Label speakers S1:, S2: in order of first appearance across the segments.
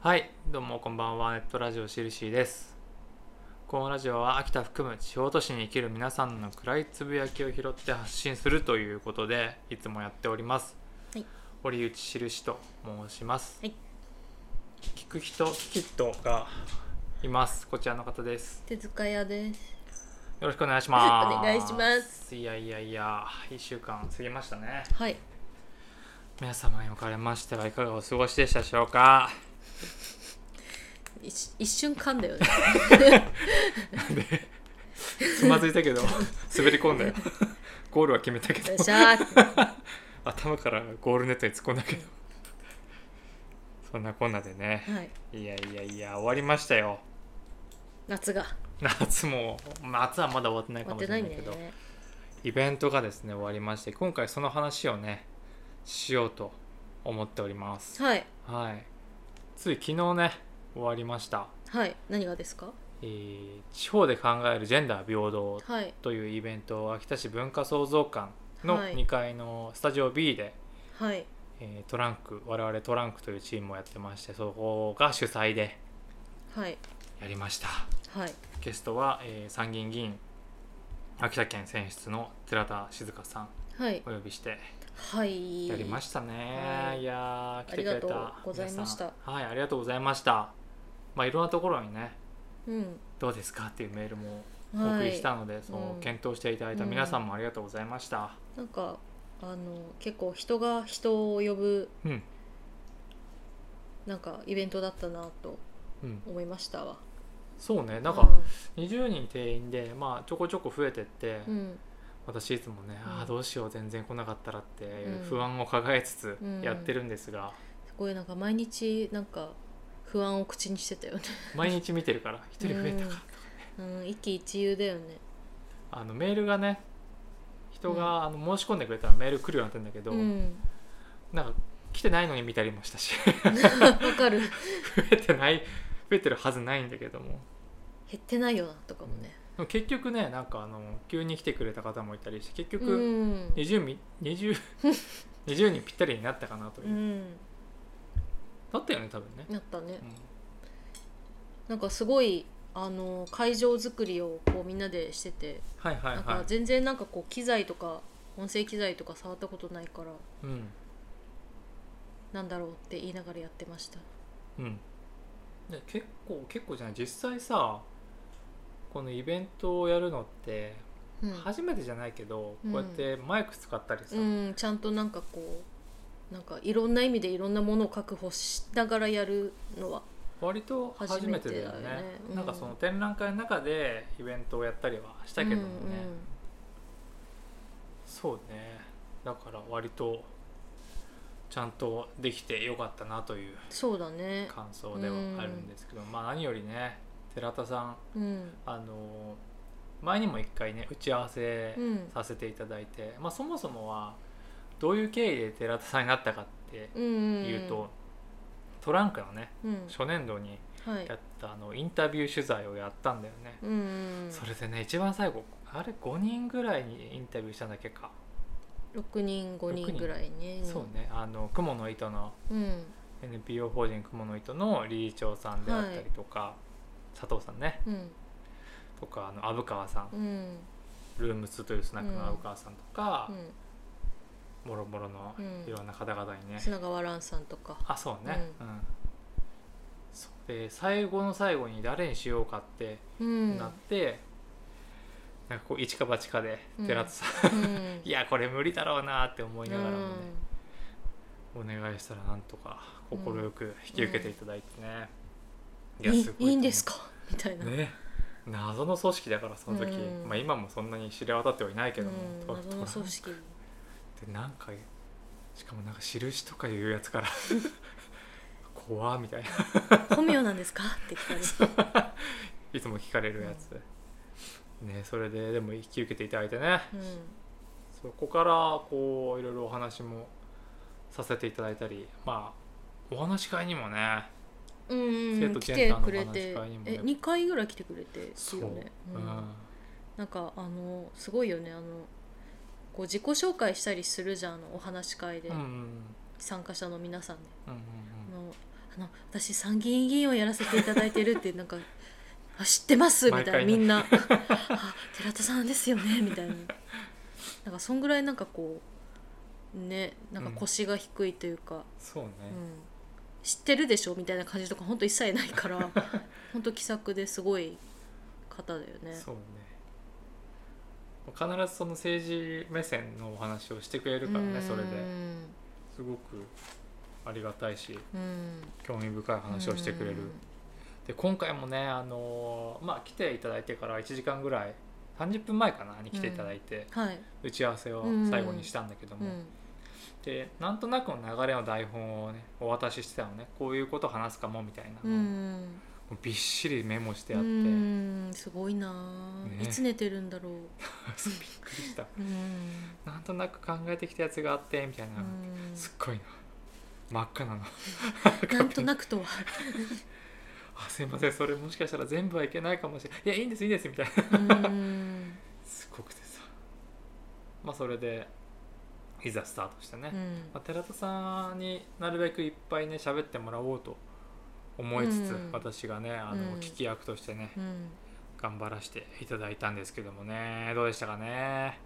S1: はいどうもこんばんはネットラジオしるしーですこのラジオは秋田含む地方都市に生きる皆さんの暗いつぶやきを拾って発信するということでいつもやっております、
S2: はい、
S1: 堀内しるしと申します、
S2: はい、
S1: 聞く人きっとがいますこちらの方です
S2: 手塚屋です
S1: よろしくお願いします
S2: お願いします
S1: いやいやいや1週間過ぎましたね
S2: はい
S1: 皆様におかれましてはいかがお過ごしでしたでしょうか
S2: 一一瞬噛んだ よね
S1: つまずいた けど滑り込んだよゴールは決めたけ
S2: よ
S1: ど
S2: っしゃー
S1: 頭からゴールネットに突っ込んだけどそんなこんなでね
S2: はい
S1: いやいやいや終わりましたよ
S2: 夏が
S1: 夏も夏はまだ終わってない
S2: 終
S1: か
S2: わっ
S1: も
S2: て
S1: し
S2: な
S1: れ
S2: い
S1: ない
S2: ね
S1: けどイベントがですね終わりまして今回その話をねしようと思っております
S2: はい
S1: はいつい昨日ね終わりました、
S2: はい何がですか
S1: えー地方で考えるジェンダー平等
S2: はい
S1: というイベントを秋田市文化創造館の
S2: はい
S1: 2階のスタジオ B で、
S2: はい
S1: えートランク我々トランクというチームをやってましてそこが主催で
S2: はい
S1: やりました
S2: はい
S1: ゲストは、えー参議院議員秋田県選出の寺田静香さん
S2: はい
S1: お呼びして
S2: はい
S1: やりましたね、、
S2: はいい
S1: やー来てくれた
S2: ありがとうございました
S1: 皆さんはいありがとうございましたまあいろんなところにね
S2: うん
S1: どうですかっていうメールもお送
S2: は
S1: り
S2: い
S1: したので、その
S2: うん
S1: 検討していただいた皆さんもありがとうございました、
S2: なんかあの結構人が人を呼ぶ
S1: うん
S2: なんかイベントだったなと
S1: うん、
S2: 思いましたわ
S1: そうねなんか、20人定員で、まあ、ちょこちょこ増えてって、
S2: うんうん
S1: 私いつもね、
S2: うん
S1: ああどうしよう全然来なかったらって
S2: うん
S1: 不安を抱えつつ
S2: うん
S1: やってるんですが、
S2: すごいなんか毎日なんか不安を口にしてたよね
S1: 毎日見てるから一人増えたか、
S2: うん一喜一憂だよね
S1: あのメールがね人が、あの申し込んでくれたらメール来るようになってるんだけど、
S2: うん
S1: なんか来てないのに見たりもした し
S2: わかる
S1: 増えてない増えてるはずないんだけども
S2: 減ってないよなとかもね
S1: でも結局ねなんかあの急に来てくれた方もいたりして結
S2: う
S1: 局
S2: ん
S1: 20, み 20, 20人ぴったりになったかなというう、
S2: ん
S1: だったよね多分ね、
S2: なったね
S1: うん
S2: なんかすごいあの会場作りをこうみんなでしてて
S1: はいはい
S2: なん
S1: は
S2: か
S1: い
S2: 全然なんかこう機材とか音声機材とか触ったことないから
S1: うん
S2: なんだろうって言いながらやってました
S1: うん、で結構結構じゃない実際さこのイベントをやるのって
S2: うん、
S1: 初めてじゃないけど、
S2: うん
S1: こうやってマイク使ったりさ、
S2: うん、ちゃんとなんかこうなんかいろんな意味でいろんなものを確保しながらやるのは
S1: 割と初めてだよね
S2: 初めてだよねうん
S1: なんかその展覧会の中でイベントをやったりはしたけどもね、そうねだから割とちゃんとできてよかったなという
S2: そうだね
S1: 感想ではあるんですけど、まあ何よりね寺田さん
S2: うん
S1: あの前にも一回ね打ち合わせ
S2: うん
S1: させていただいて、まあ、そもそもはどういう経緯で寺田さんになったかって
S2: うん
S1: いうと、トランクのね
S2: うん
S1: 初年度に
S2: はい
S1: やったあのインタビュー取材をやったんだよね、
S2: うん
S1: それでね一番最後あれ5人ぐらいにインタビューしたんだっけか、
S2: 6人5
S1: 六人
S2: 人ぐらいね
S1: そうねあの雲の糸の
S2: うん、
S1: NPO 法人雲の糸の理事長さんであったりとか、佐藤さんね
S2: うん
S1: とかあの虻川さん、
S2: うん
S1: ルーム2というスナックの虻川さんとか、
S2: うん
S1: もろもろの
S2: うん
S1: いろんな方々にね、
S2: 砂川蘭さんとか
S1: あそうねうん、そで最後の最後に誰にしようかって
S2: うん
S1: なって、なんかこう一か八かで
S2: うん
S1: 寺田さん、
S2: うん
S1: いやこれ無理だろうなって思いながらもね、
S2: う
S1: お願いしたらなんとか快く引き受けていただいてね、
S2: んいいいいんです
S1: か
S2: かみたいな、
S1: ね謎の組織だからその時、
S2: うん
S1: まあ、今もそんなに知れ渡ってはいないけ
S2: う
S1: ども、
S2: ん、
S1: トラ
S2: 謎の組織
S1: でなんかしかもなんか印とかいうやつから 怖っみたいな
S2: 本名なんですかって聞かれて
S1: いつも聞かれるやつ、ねそれででも引き受けていただいてね
S2: う
S1: そこからこういろいろお話もさせていただいたりまあお話し会にもね
S2: ん、うんう
S1: 生
S2: ん、
S1: 徒
S2: 来
S1: ジェン
S2: て
S1: ダーの
S2: くれて
S1: 話し会にもね
S2: え二回ぐらい来てくれていいよね、
S1: う
S2: うんんなんかあのすごいよねあのこう自己紹介したりするじゃんあのお話し会で
S1: うんうんうん
S2: 参加者の皆さんで、
S1: うんうん
S2: あのあの私参議院議員をやらせていただいてるってなんか 「あ知ってます」みたい
S1: 毎
S2: な、
S1: 回ね
S2: みん な「あ寺田さんですよね」みたいななんかそんぐらいなんかこうねなんか腰が低いというか、
S1: そうね、
S2: うん知ってるでしょみたいな感じとか本当一切ないから 本当気さくですごい方だよね。
S1: そうね必ずその政治目線のお話をしてくれるからねそれで
S2: うん
S1: すごくありがたいし
S2: うん
S1: 興味深い話をしてくれるで今回もねあのーまあ来ていただいてから1時間ぐらい30分前かなに来ていただいて、
S2: うんはい、
S1: 打ち合わせを最後にしたんだけど
S2: う
S1: も、
S2: ん
S1: でなんとなくの流れの台本をねお渡ししてたのねこういうこと話すかもみたいな
S2: う
S1: のを、も
S2: ん、
S1: うびっしりメモしてあ
S2: う
S1: って、
S2: んすごいなあ、
S1: ね
S2: いつ寝てるんだろう、
S1: びっくりした
S2: うん
S1: なんとなく考えてきたやつがあってみたいな、
S2: うん
S1: すっごいな真っ赤なの
S2: なんとなくとは
S1: あすいませんそれもしかしたら全部はいけないかもしれないいやいいんですいいんですみたいな
S2: うん
S1: すごくてさまあそれでいざスタートしてね、
S2: うん
S1: まあ、寺田さんになるべくいっぱいね喋ってもらおうと思いつつ、
S2: うん
S1: 私がねあの、
S2: うん
S1: 聞き役としてね、
S2: うん
S1: 頑張らせていただいたんですけどもねどうでしたかね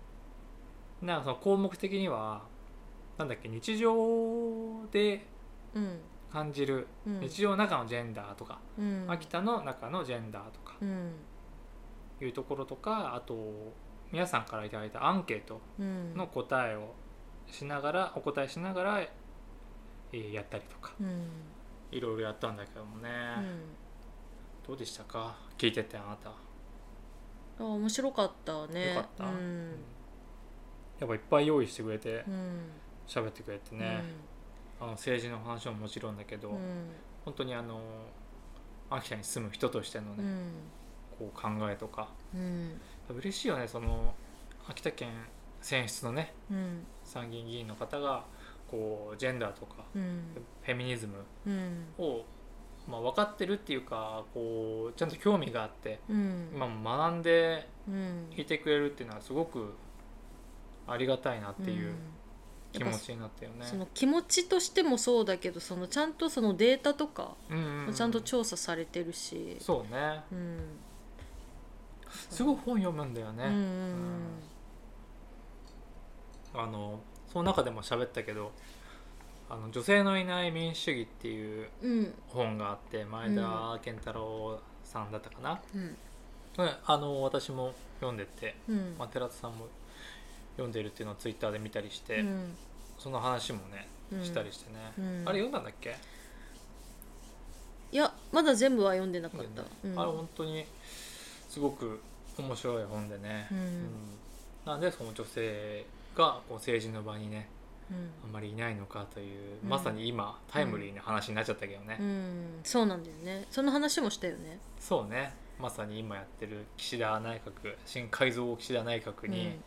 S1: なんかその項目的にはなんだっけ日常で
S2: うん
S1: 感じる、
S2: うん
S1: 日常の中のジェンダーとか、
S2: うん
S1: 秋田の中のジェンダーとか
S2: うん
S1: いうところとかあと皆さんからいただいたアンケート
S2: うん
S1: の答えをしながらお答えしながら、えーやったりとか
S2: うん
S1: いろいろやったんだけどもね、どうでしたか聞いててあなた、
S2: うんあ面白かったね
S1: よかった、
S2: う
S1: うん
S2: ん
S1: やっぱいっぱい用意してくれて
S2: うん
S1: 喋ってくれてね、あの政治の話ももちろんだけど、
S2: うん
S1: 本当にあの秋田に住む人としての
S2: う
S1: ね、
S2: ん
S1: こう考えとか
S2: うん
S1: 嬉しいよねその秋田県選出のね
S2: うん
S1: 参議院議員の方がこうジェンダーとか
S2: うん
S1: フェミニズム
S2: うん
S1: を、まあ、分かってるっていうかこうちゃんと興味があって
S2: うん
S1: 今も学んで
S2: うん
S1: 聞いてくれるっていうのはすごくありがたいなっていう気
S2: やっ
S1: 持
S2: ぱ
S1: ちになったよね。
S2: その気持ちとしてもそうだけどそのちゃんとそのデータとか
S1: うんうんうん
S2: ちゃんと調査されてるし、
S1: そうね
S2: うん、
S1: すごい本読むんだよ
S2: うんう
S1: ね、
S2: ん
S1: あのその中でも喋ったけど「あの女性のいない民主主義」っていう
S2: うん
S1: 本があって前田健太郎さんだったかな、
S2: うん
S1: ねあの私も読んでて、
S2: うん
S1: まあ、寺田さんも読んでるっていうのをツイッターで見たりして、
S2: うん
S1: その話もね
S2: うん
S1: したりしてね、
S2: うん
S1: あれ読んだんだっけ、
S2: いやまだ全部は読んでなかった、うん
S1: あれ本当にすごく面白い本でね、
S2: うん
S1: なんでその女性がこう政治の場にね
S2: うん
S1: あんまりいないのかという、
S2: うん
S1: まさに今タイムリーな話になっちゃったけどね、
S2: うんそうなんだよねその話もしたよね
S1: そうねまさに今やってる岸田内閣新改造岸田内閣に、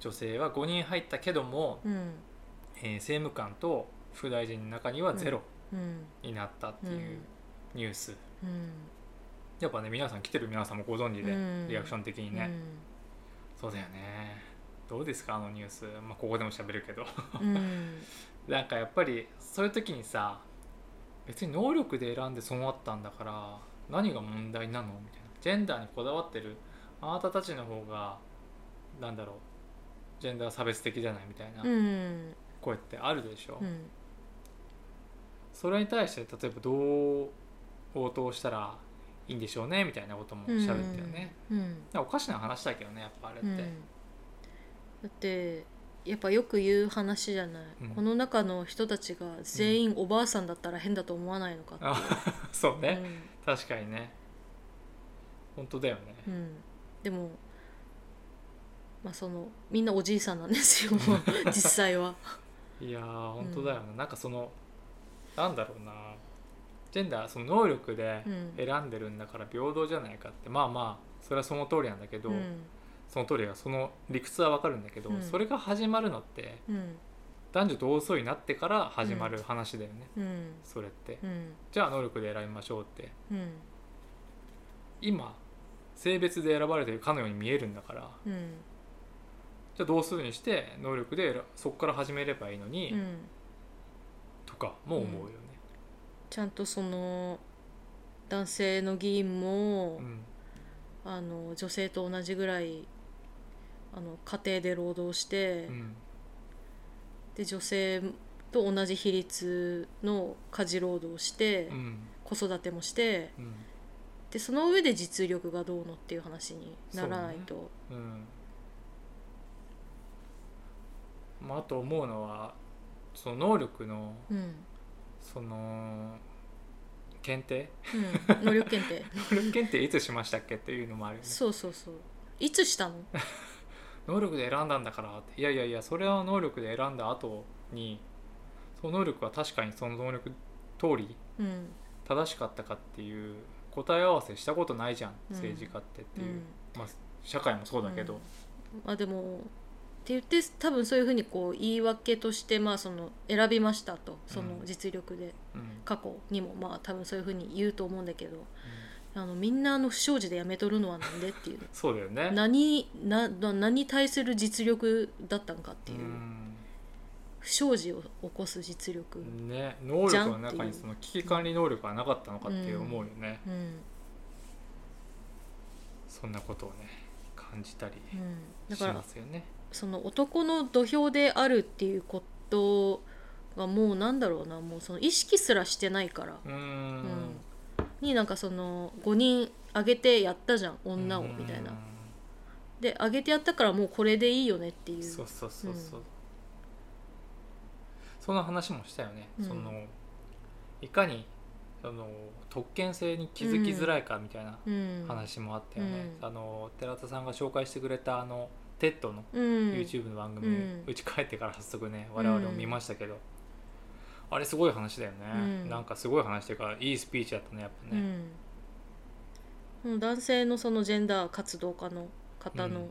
S1: 女性は5人入ったけども、
S2: うんうん
S1: えー政務官と副大臣の中にはゼロ
S2: うん
S1: になったっていうニュース、
S2: うん
S1: やっぱね皆さん来てる皆さんもご存知で、
S2: うん
S1: リアクション的にね、
S2: う
S1: そうだよねどうですかあのニュース、まあ、ここでも喋るけど
S2: んうん
S1: なんかやっぱりそういう時にさ別に能力で選んでそうなったんだから何が問題なのみたいなジェンダーにこだわってるあなたたちの方がなんだろうジェンダー差別的じゃないみたいな
S2: うん
S1: 声ってあるでしょ、
S2: うん
S1: それに対して例えばどう応答したらいいんでしょうねみたいなことも喋ったよね、
S2: うん
S1: なんかおかしな話だけどねやっぱあれっ
S2: う
S1: て、
S2: んだってやっぱよく言う話じゃない、
S1: うん
S2: この中の人たちが全員おばあさんだったら変だと思わないのかって
S1: あ そうね、
S2: うん
S1: 確かにね本当だよね、
S2: うん、でも、まあ、そのみんなおじいさんなんですよ 実際 は。
S1: いやー本当だよね、なんかそのなんだろうなジェンダーその能力で
S2: うん
S1: 選んでるんだから平等じゃないかって、まあまあそれはその通りなんだけど、
S2: うん
S1: その通りがその理屈はわかるんだけど、
S2: うん
S1: それが始まるのって
S2: うん
S1: 男女同層になってから始まる話だよね、
S2: うん
S1: それって
S2: うん
S1: じゃあ能力で選びましょうって
S2: うん
S1: 今性別で選ばれてるかのように見えるんだから
S2: うん
S1: じゃあ同数にして能力で選そこから始めればいいのに、
S2: うん
S1: とかも思うよね、
S2: ちゃんとその男性の議員も、
S1: うん
S2: あの女性と同じぐらいあの家庭で労働して、
S1: うん
S2: で女性と同じ比率の家事労働をして、
S1: うん
S2: 子育てもして
S1: うん
S2: でその上で実力がどうのっていう話にならないと
S1: うんまあ、あと思うのはその能力の
S2: う,、
S1: その検定
S2: ん、うん、能力検定
S1: 能力検定いつしましたっけっていうのもあるよね
S2: そうそうそういつしたの
S1: 能力で選んだんだからっていやいやいやそれは能力で選んだ後にその能力は確かにその能力通り
S2: うん
S1: 正しかったかっていう答え合わせしたことないじゃん
S2: うん
S1: 政治家ってって
S2: う
S1: いう、
S2: ん
S1: まあ、社会もそうだけど、
S2: まあでもって言って多分そういうふうにこう言い訳としてまあその選びましたとその
S1: うん
S2: 実力で
S1: うん
S2: 過去にもまあ多分そういうふうに言うと思うんだけどあのみんなあの不祥事でやめとるのはなんでっていう
S1: そうだよね
S2: 何なな何に対する実力だったんかっていううん不祥事を起こす実力
S1: ね、能力の中
S2: じゃんってい
S1: に
S2: う
S1: その危機管理能力がなかったのかって思うよね、
S2: うん
S1: そんなことをね感じたり
S2: うんだ
S1: し
S2: から
S1: ますよね。
S2: その男の土俵であるっていうことがもうなんだろうなもうその意識すらしてないから
S1: うーん
S2: になんかその5人あげてやったじゃん女を
S1: うん
S2: みたいなであげてやったからもうこれでいいよねっていう
S1: そうそうそうそう、
S2: うん
S1: その話もしたよね、
S2: うん
S1: そのいかにその特権性に気づきづらいかみたいな
S2: うん、
S1: 話もあったよね、
S2: うん
S1: あの寺田さんが紹介してくれたあのテッドの
S2: うん
S1: YouTube の番組、う
S2: うん
S1: ち帰ってから早速ね我々も見ましたけど、あれすごい話だよね、
S2: うん
S1: なんかすごい話というかいいスピーチだったねやっぱね、
S2: うんその男性のそのジェンダー活動家の方の、
S1: うん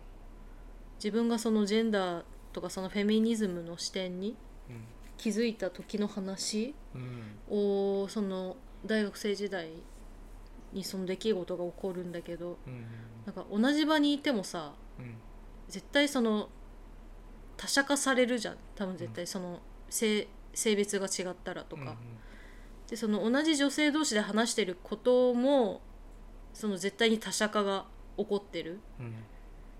S2: 自分がそのジェンダーとかそのフェミニズムの視点に
S1: うん
S2: 気づいた時の話
S1: うん
S2: をその大学生時代にその出来事が起こるんだけど
S1: うん
S2: なんか同じ場にいてもさ
S1: うん
S2: 絶対その他者化されるじゃん多分絶対その性性別が違ったらとか、でその同じ女性同士で話してることもその絶対に他者化が起こってる
S1: うんうん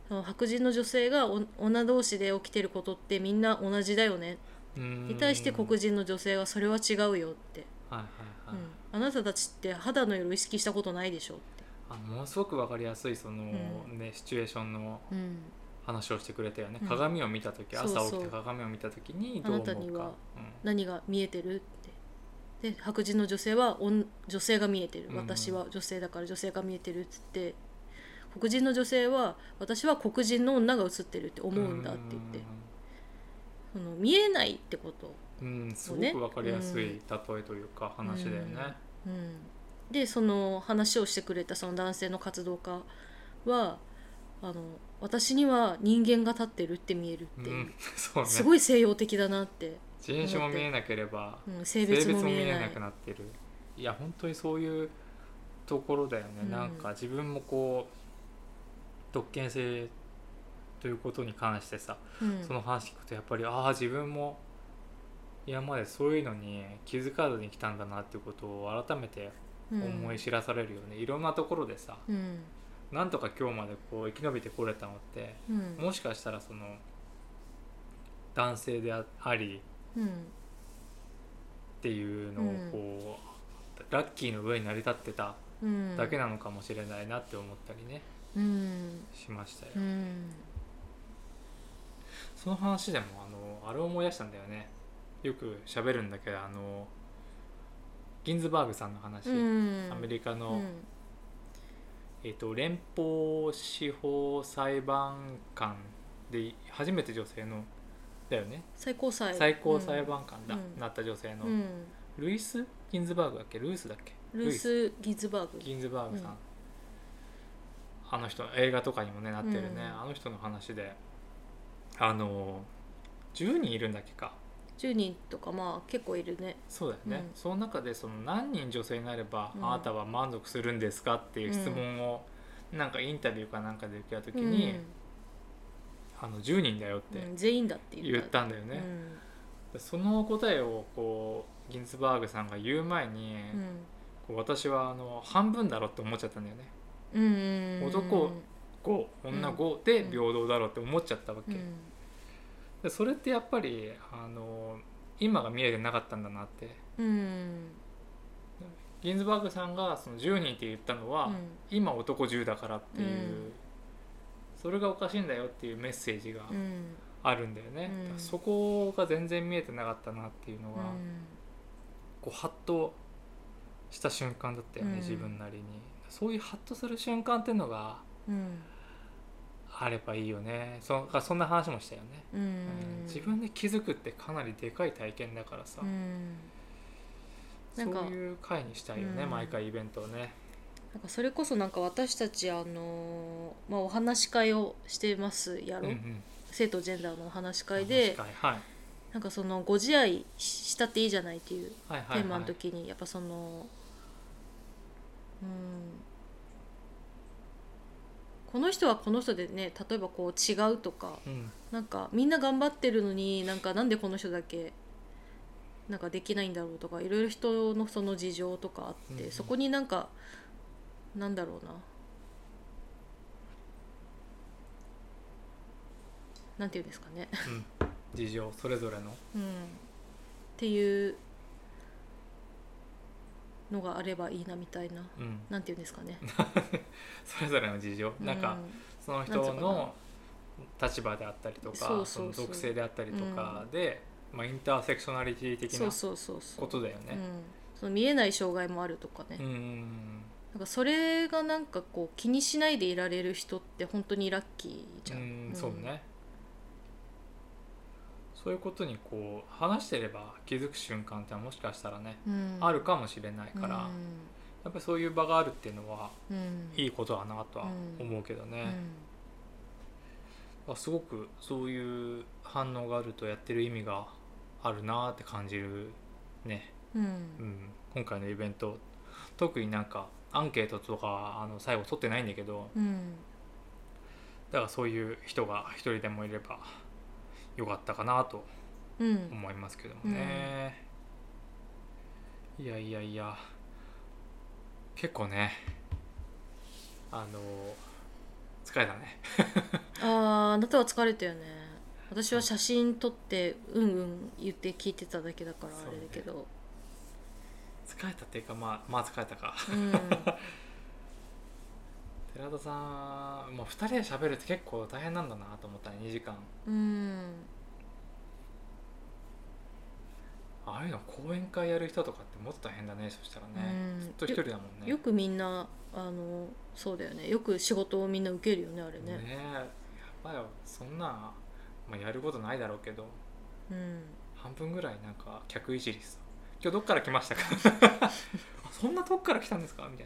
S2: その白人の女性がお女同士で起きてることってみんな同じだよね、
S1: うん
S2: に対して黒
S1: 人
S2: 人の女性はそれは違うよって、
S1: はいはいはい、
S2: うんあなたたちって肌の色意識したことないでしょって、
S1: あものすごくわかりやすいその、
S2: う
S1: ねシチュエーションの
S2: うん
S1: 話をしてくれたよね、
S2: うん
S1: 鏡を見た時
S2: そう
S1: 朝
S2: そう
S1: 起きて鏡を見た時にどう思うか
S2: あなたには
S1: うん
S2: 何が見えてるってで白人の女性は女女性が見えてる
S1: うん
S2: 私は女性だから女性が見えてるっつって黒人の女性は私は黒人の女が映ってるって思うんだって言ってその見えないってこと、
S1: うん、うん、す
S2: うね
S1: ごくわかりやす
S2: う
S1: い
S2: ん
S1: 例えというか話だよね、
S2: うん、でその話をしてくれたその男性の活動家はあの私には人間が立ってるって見える
S1: う
S2: っていう、
S1: ん、 そうね
S2: すごい西洋的だなって、
S1: 人種も見えなければ
S2: うん、性別も見えない
S1: なくなってるいや本当にそういうところだよね、
S2: うん
S1: なんか自分もこう特権性ということに関してさ、
S2: うん
S1: その話聞くとやっぱりああ自分も今までそういうのに気づかずに来たんだなっていうことを改めて思い知らされるよね、いろんなところでさ
S2: うん
S1: なんとか今日までこう生き延びてこれたのって
S2: うん
S1: もしかしたらその男性であり
S2: うん
S1: っていうのをこう、ラッキーの上に成り立ってた
S2: うん
S1: だけなのかもしれないなって思ったりね
S2: うん
S1: しましたよ、
S2: うん
S1: その話でもあのあれを思い出したんだよねよく喋るんだけどあのギンズバーグさんの話、
S2: うん
S1: アメリカの、
S2: うん
S1: えっと連邦司法裁判官で初めて女性のだよね、
S2: 最高裁
S1: 最高裁判官だ、
S2: うん
S1: なった女性の、
S2: うんうん
S1: ルイス・ギンズバーグだっけルースだっけ
S2: ルース・ギンズバーグ
S1: ギンズバーグさん、
S2: うん
S1: あの人映画とかにもねなってるね、
S2: うん
S1: あの人の話であの10人いるんだっけか
S2: 10人とかまあ結構いるね
S1: そうだよね、
S2: うん
S1: その中でその何人女性になれば、
S2: うん
S1: あなたは満足するんですかっていう質問を、なんかインタビューかなんかで受けた時に、あの10人だよっ
S2: うんう
S1: て
S2: ん全員だって
S1: 言ったんだよね、
S2: うん
S1: でその答えをこうギンズバーグさんが言う前に、こう私はあの半分だろって思っちゃったんだよね
S2: うんうんうんうん
S1: 男5女5で平等だろって思っちゃったわ
S2: う
S1: け、
S2: ん
S1: でそれってやっぱりあの今が見えてなかったんだなって
S2: うん
S1: ギンズバーグさんがその10人って言ったのは、
S2: うん
S1: 今男10だからっていう、
S2: うん
S1: それがおかしいんだよっていうメッセージが
S2: うん
S1: あるんだよね、
S2: うん
S1: だからそこが全然見えてなかったなっていうのが、こうハッとした瞬間だったよね、
S2: うん
S1: 自分なりにそういうハッとする瞬間っていうのが
S2: うん
S1: あればいいよねそだからそんな話もしたよね、
S2: うん
S1: うん自分で気づくってかなりでかい体験だからさ、
S2: うん
S1: そ
S2: なんか
S1: ういう回にしたいよね、
S2: うん
S1: 毎回イベントをね
S2: なんかそれこそなんか私たちあのーまあお話し会をしてますやろ、
S1: うん
S2: 生徒ジェンダーのお話し
S1: うん
S2: 会で
S1: 確かにはい
S2: なんかそのご自愛したっていいじゃないっていう
S1: はいはい
S2: テ
S1: はい
S2: ーマの時にやっぱそのうんこの人はこの人でね例えばこう違うとか
S1: うん
S2: なんかみんな頑張ってるのになんかなんでこの人だけなんかできないんだろうとかいろいろ人のその事情とかあっ
S1: う
S2: て、
S1: んうん
S2: そこになんかなんだろうななんていうんですかね
S1: うん事情それぞれの
S2: うんっていうのがあればいいなみたいな
S1: うん
S2: なんていうんですかね。
S1: それぞれの事情 なんか、その人
S2: なんつうのか
S1: の立場であったりとか
S2: そうそうそう
S1: の属性であったりとかで、まあ、インターセクショナリティ
S2: うん、
S1: 的
S2: そ
S1: な
S2: うそうそうそう
S1: ことだよ
S2: う
S1: ね。
S2: ん、その見えない障害もあるとかね、
S1: うんうん
S2: なんかそれがなんかこう気にしないでいられる人って本当にラッキーじ
S1: う
S2: ゃん、
S1: んそうねそういうことにこう話してれば気づく瞬間ってもしかしたらね、
S2: うん
S1: あるかもしれないから、やっぱりそういう場があるっていうのは
S2: うんうん
S1: いいことだなとは思うけど
S2: う
S1: ね、
S2: ん
S1: あすごくそういう反応があるとやってる意味があるなって感じるね。
S2: うん
S1: うん、今回のイベント特になんかアンケートとかあの最後取ってないんだけど
S2: うん
S1: だからそういう人が一人でもいればよかったかなと
S2: うん
S1: 思いますけどもね、いやいやいや結構ねあの疲れたね
S2: あーあなたは疲れたよね私は写真撮ってうんうん言って聞いてただけだから
S1: そう
S2: あ
S1: ね
S2: れだけど
S1: 疲れたっていうかまあまあ疲れたか
S2: う,、ん
S1: 寺田さんもう2人で喋るって結構大変なんだなと思ったね2時間
S2: うん
S1: ああいうの講演会やる人とかってもっと大変だねそしたらね、
S2: うん
S1: ずっと一人だもんね
S2: よくみんなあのそうだよねよく仕事をみんな受けるよねあれ
S1: ね
S2: ね
S1: えやばいよそんなん、まあ、やることないだろうけど
S2: うん
S1: 半分ぐらいなんか客いじりさ「今日どっから来ましたか? 」 そんな遠くから来たんですか?」みたい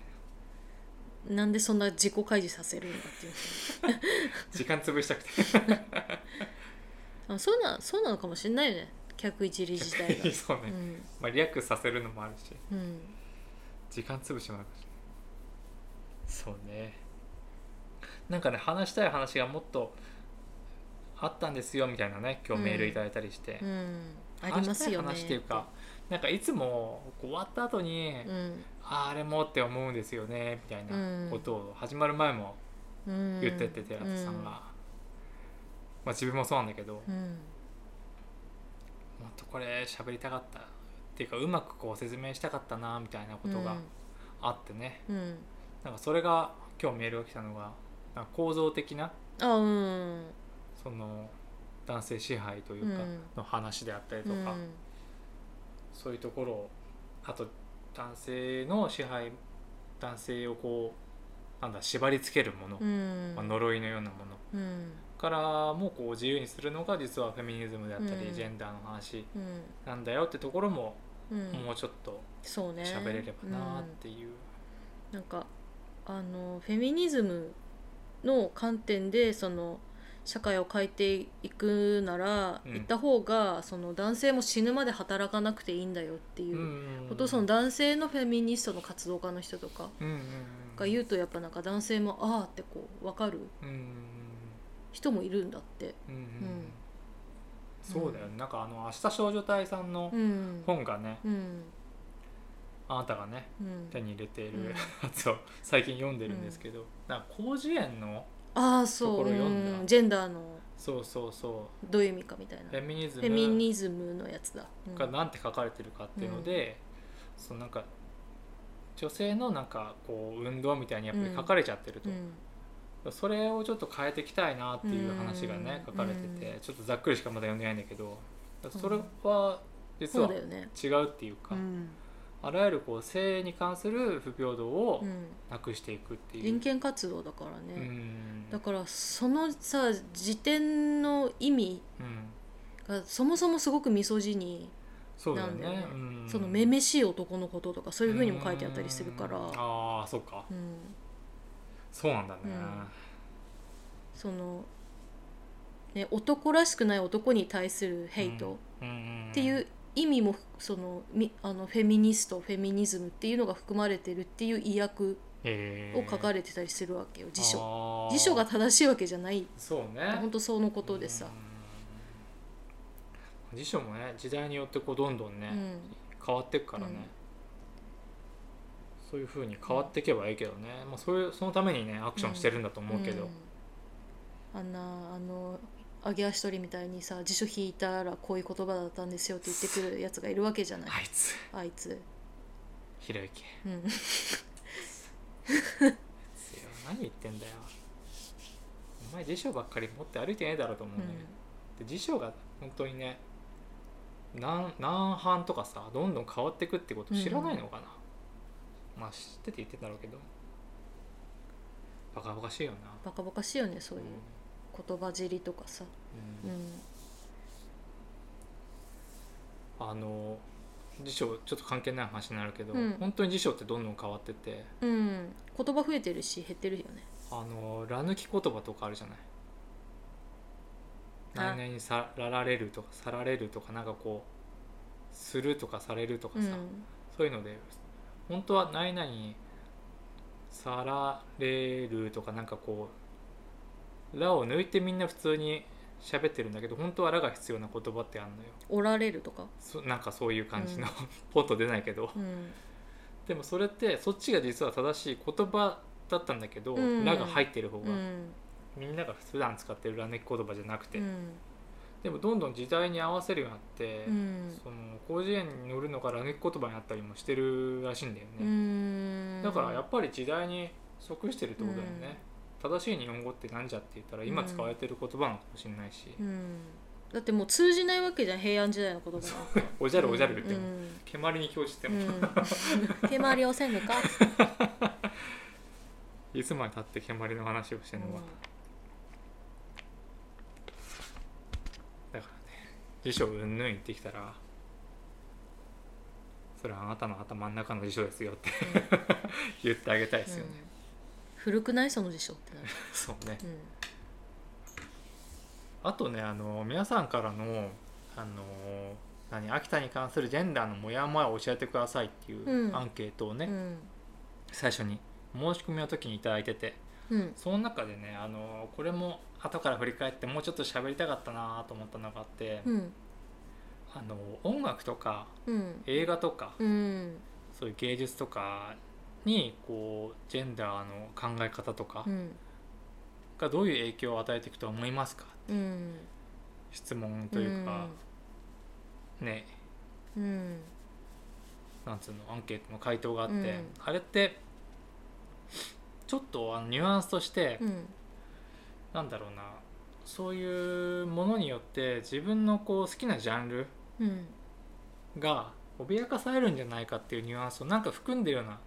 S1: な
S2: なんでそんな自己開示させるんだっていう
S1: 時間潰したくて
S2: あそうなそうなのかもしれないよね客いじり自体が
S1: そうね、
S2: うん
S1: まあ、リラックスさせるのもあるし
S2: うん
S1: 時間潰しもあるしそうねなんかね話したい話がもっとあったんですよみたいなね今日メールいただいたりして、
S2: うんありますよね
S1: 話したい話っていうかなんかいつもこう終わった後に、
S2: うん
S1: あーあれもって思うんですよねみたい
S2: うん
S1: なことを始まる前も
S2: うん
S1: 言ってて寺田さんが、まあ自分もそうなんだけど、
S2: うん
S1: もっとこれ喋りたかったっていうかうまくこう説明したかったなみたいなことがあってね、
S2: うんうん
S1: なんかそれが今日メールが来たのがなんか構造的な
S2: あうん
S1: その男性支配というか
S2: うん
S1: の話であったりと
S2: う
S1: か、
S2: ん
S1: そういうところをあと男性の支配男性をこうなんだ縛り付けるもの、
S2: うん
S1: まあ、呪いのようなもの
S2: うん
S1: からもこう自由にするのが実はフェミニズムであったり、
S2: うん
S1: ジェンダーの話
S2: うん
S1: なんだよってところも、
S2: うん
S1: もうちょっと
S2: そうね
S1: 喋れればなーっ
S2: うん
S1: ていう、
S2: なんかあのフェミニズムの観点でその社会を変えていくなら、
S1: うん
S2: 行った方がその男性も死ぬまで働かなくていいんだよっていううんことをその男性のフェミニストの活動家の人とか
S1: うんうん
S2: が言うとやっぱなんか男性もああってこう分かる
S1: うんうん
S2: 人もいるんだって
S1: うんうんうん
S2: うん
S1: そうだよね、なんかあの「明日少女隊」さんの
S2: うん
S1: 本がね、
S2: うん
S1: あなたがね
S2: うん
S1: 手に入れている、
S2: うん
S1: やつを最近読んでるんですけど、なんか広辞苑の
S2: ああそ
S1: とこ
S2: う、
S1: ろ読んだ
S2: うんジェンダーの
S1: そうそうそ
S2: どういう意味かみたいな
S1: うフェミニズ
S2: フ
S1: ム
S2: ェミニズムのやつだ、うん
S1: がなんて書かれてるかっていうので、そのなんか女性のなんかこう運動みたいにやっぱり書かれちゃってると、
S2: うん
S1: それをちょっと変えていきたいなっていう話がね、
S2: うん
S1: 書かれててちょっとざっくりしかまだ読んでないんだけどそれは実
S2: そう
S1: は
S2: だよね
S1: 違うっていうか、
S2: うん
S1: あらゆるこう性に関する不平等を
S2: うん
S1: なくしていくっていう。
S2: 人権活動だから
S1: う
S2: ね、
S1: ん
S2: だからそのさ辞典の意味
S1: うん
S2: がそもそもすごくミソジに、
S1: そうだよね
S2: なんだよね
S1: うん、
S2: そのめめしい男のこととかそういうふうにも書いてあったりするから、
S1: うんああそうか
S2: うん、
S1: そうなんだね、
S2: うんその、ね、男らしくない男に対するヘイト
S1: うんんん
S2: っていう意味もそのみあのフェミニストフェミニズムっていうのが含まれてるっていう意訳
S1: へ
S2: を
S1: ー
S2: 書かれてたりするわけよ辞書
S1: あー
S2: 辞書が正しいわけじゃない
S1: そうね
S2: 本当そのことでさ、
S1: うん辞書もね時代によってこうどんどんね、
S2: うん
S1: 変わってくからね、
S2: うん
S1: そういうふうに変わっていけばいいけどね、まあ、そういうそのためにねアクションしてるんだと思うけど、
S2: うんあんなあの揚げ足取りみたいにさ辞書引いたらこういう言葉だったんですよって言ってくるやつがいるわけじゃない
S1: あいつ
S2: あいつ、
S1: ひろゆき
S2: うん、
S1: 強い何言ってんだよお前辞書ばっかり持って歩いてねえだろうと思うんだけど、で辞書が本当にね何何版とかさどんどん変わってくってこと知らないのかな、まあ知ってて言ってたろうけどバカバカしいよな
S2: バカバカしいよねそういう言葉尻とかさ、
S1: うん
S2: う
S1: あの辞書ちょっと関係ない話になるけど、
S2: うん
S1: 本当に辞書ってどんどん変わってて
S2: んうん、言葉増えてるし減ってるよね
S1: あのら抜き言葉とかあるじゃない
S2: あ
S1: 何々さらられるとかさられるとかなんかこうするとかされるとかさ、そういうので本当は何々さられるとかなんかこう「ら」を抜いてみんな普通に喋ってるんだけど本当は「ら」が必要な言葉ってあるのよ
S2: おられるとか、
S1: そなんかそういう感じの、
S2: う
S1: ポッと出ないけど
S2: うん、
S1: でもそれってそっちが実は正しい言葉だったんだけど「
S2: うん
S1: ら」が入ってる方
S2: う
S1: が、
S2: ん
S1: みんなが普段使ってる「ら抜き言葉じゃなくて、
S2: うん
S1: でもどんどん時代に合わせるようになって、
S2: うん
S1: その広辞苑に乗るのがら抜き言葉になったりもしてるらしいんだよね。
S2: うん
S1: だからやっぱり時代に即してるってことだよね、正しい日本語って何じゃって言ったら今使われてる言葉なのかもしれないし、
S2: うん、だってもう通じないわけじゃん平安時代の言葉なんか
S1: おじゃるおじゃる言って
S2: う
S1: も、
S2: ん
S1: 蹴鞠に興じて
S2: う
S1: も、
S2: ん、手回りをせんのかっつって
S1: いつまでたって蹴鞠の話をしてるのは、だからね辞書うんぬん言ってきたらそれはあなたの頭の中の辞書ですよって 言ってあげたいですよね、
S2: うん古くないその辞書ってなる、
S1: そうね
S2: うん
S1: あとねあの皆さんからのあの何秋田に関するジェンダーのモヤモヤを教えてくださいってい
S2: ん
S1: うアンケートをね、
S2: うん
S1: 最初に申し込みの時に頂いただいてて
S2: うん
S1: その中でねあのこれも後から振り返ってもうちょっと喋りたかったなと思ったのがあって、
S2: うん
S1: あの音楽とか
S2: うん
S1: 映画とか、
S2: うん
S1: そういう芸術とかにこうジェンダーの考え方とか
S2: うん
S1: がどういう影響を与えていくと思いますか
S2: うん
S1: 質問というか、ね
S2: うん
S1: なんつうのアンケートの回答があって、
S2: うん
S1: あれってちょっとあのニュアンスとして、
S2: うん
S1: なんだろうなそういうものによって自分のこう好きなジャンル
S2: うん
S1: が脅かされるんじゃないかっていうニュアンスをなんか含んでるような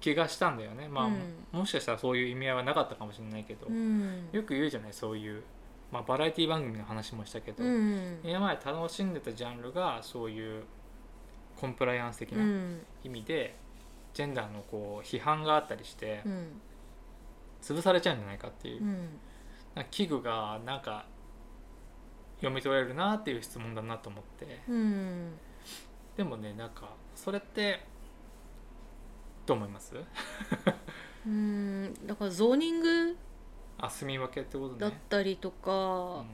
S1: 気がしたんだよねまあ、
S2: うん
S1: もしかしたらそういう意味合いはなかったかもしれないけど、
S2: うん
S1: よく言うじゃないそういう、まあ、バラエティ番組の話もしたけど、
S2: うん
S1: 今まで楽しんでたジャンルがそういうコンプライアンス的
S2: う
S1: なん意味で、ジェンダーのこう批判があったりして
S2: うん
S1: 潰されちゃうんじゃないかっていう
S2: う、ん
S1: なんか器具がなんか読み取れるなっていう質問だなと思って
S2: うん
S1: でもねなんかそれってどう思います
S2: うんだからゾーニング
S1: あ住み分けってこと
S2: だっ
S1: ね、
S2: たりとか、
S1: うん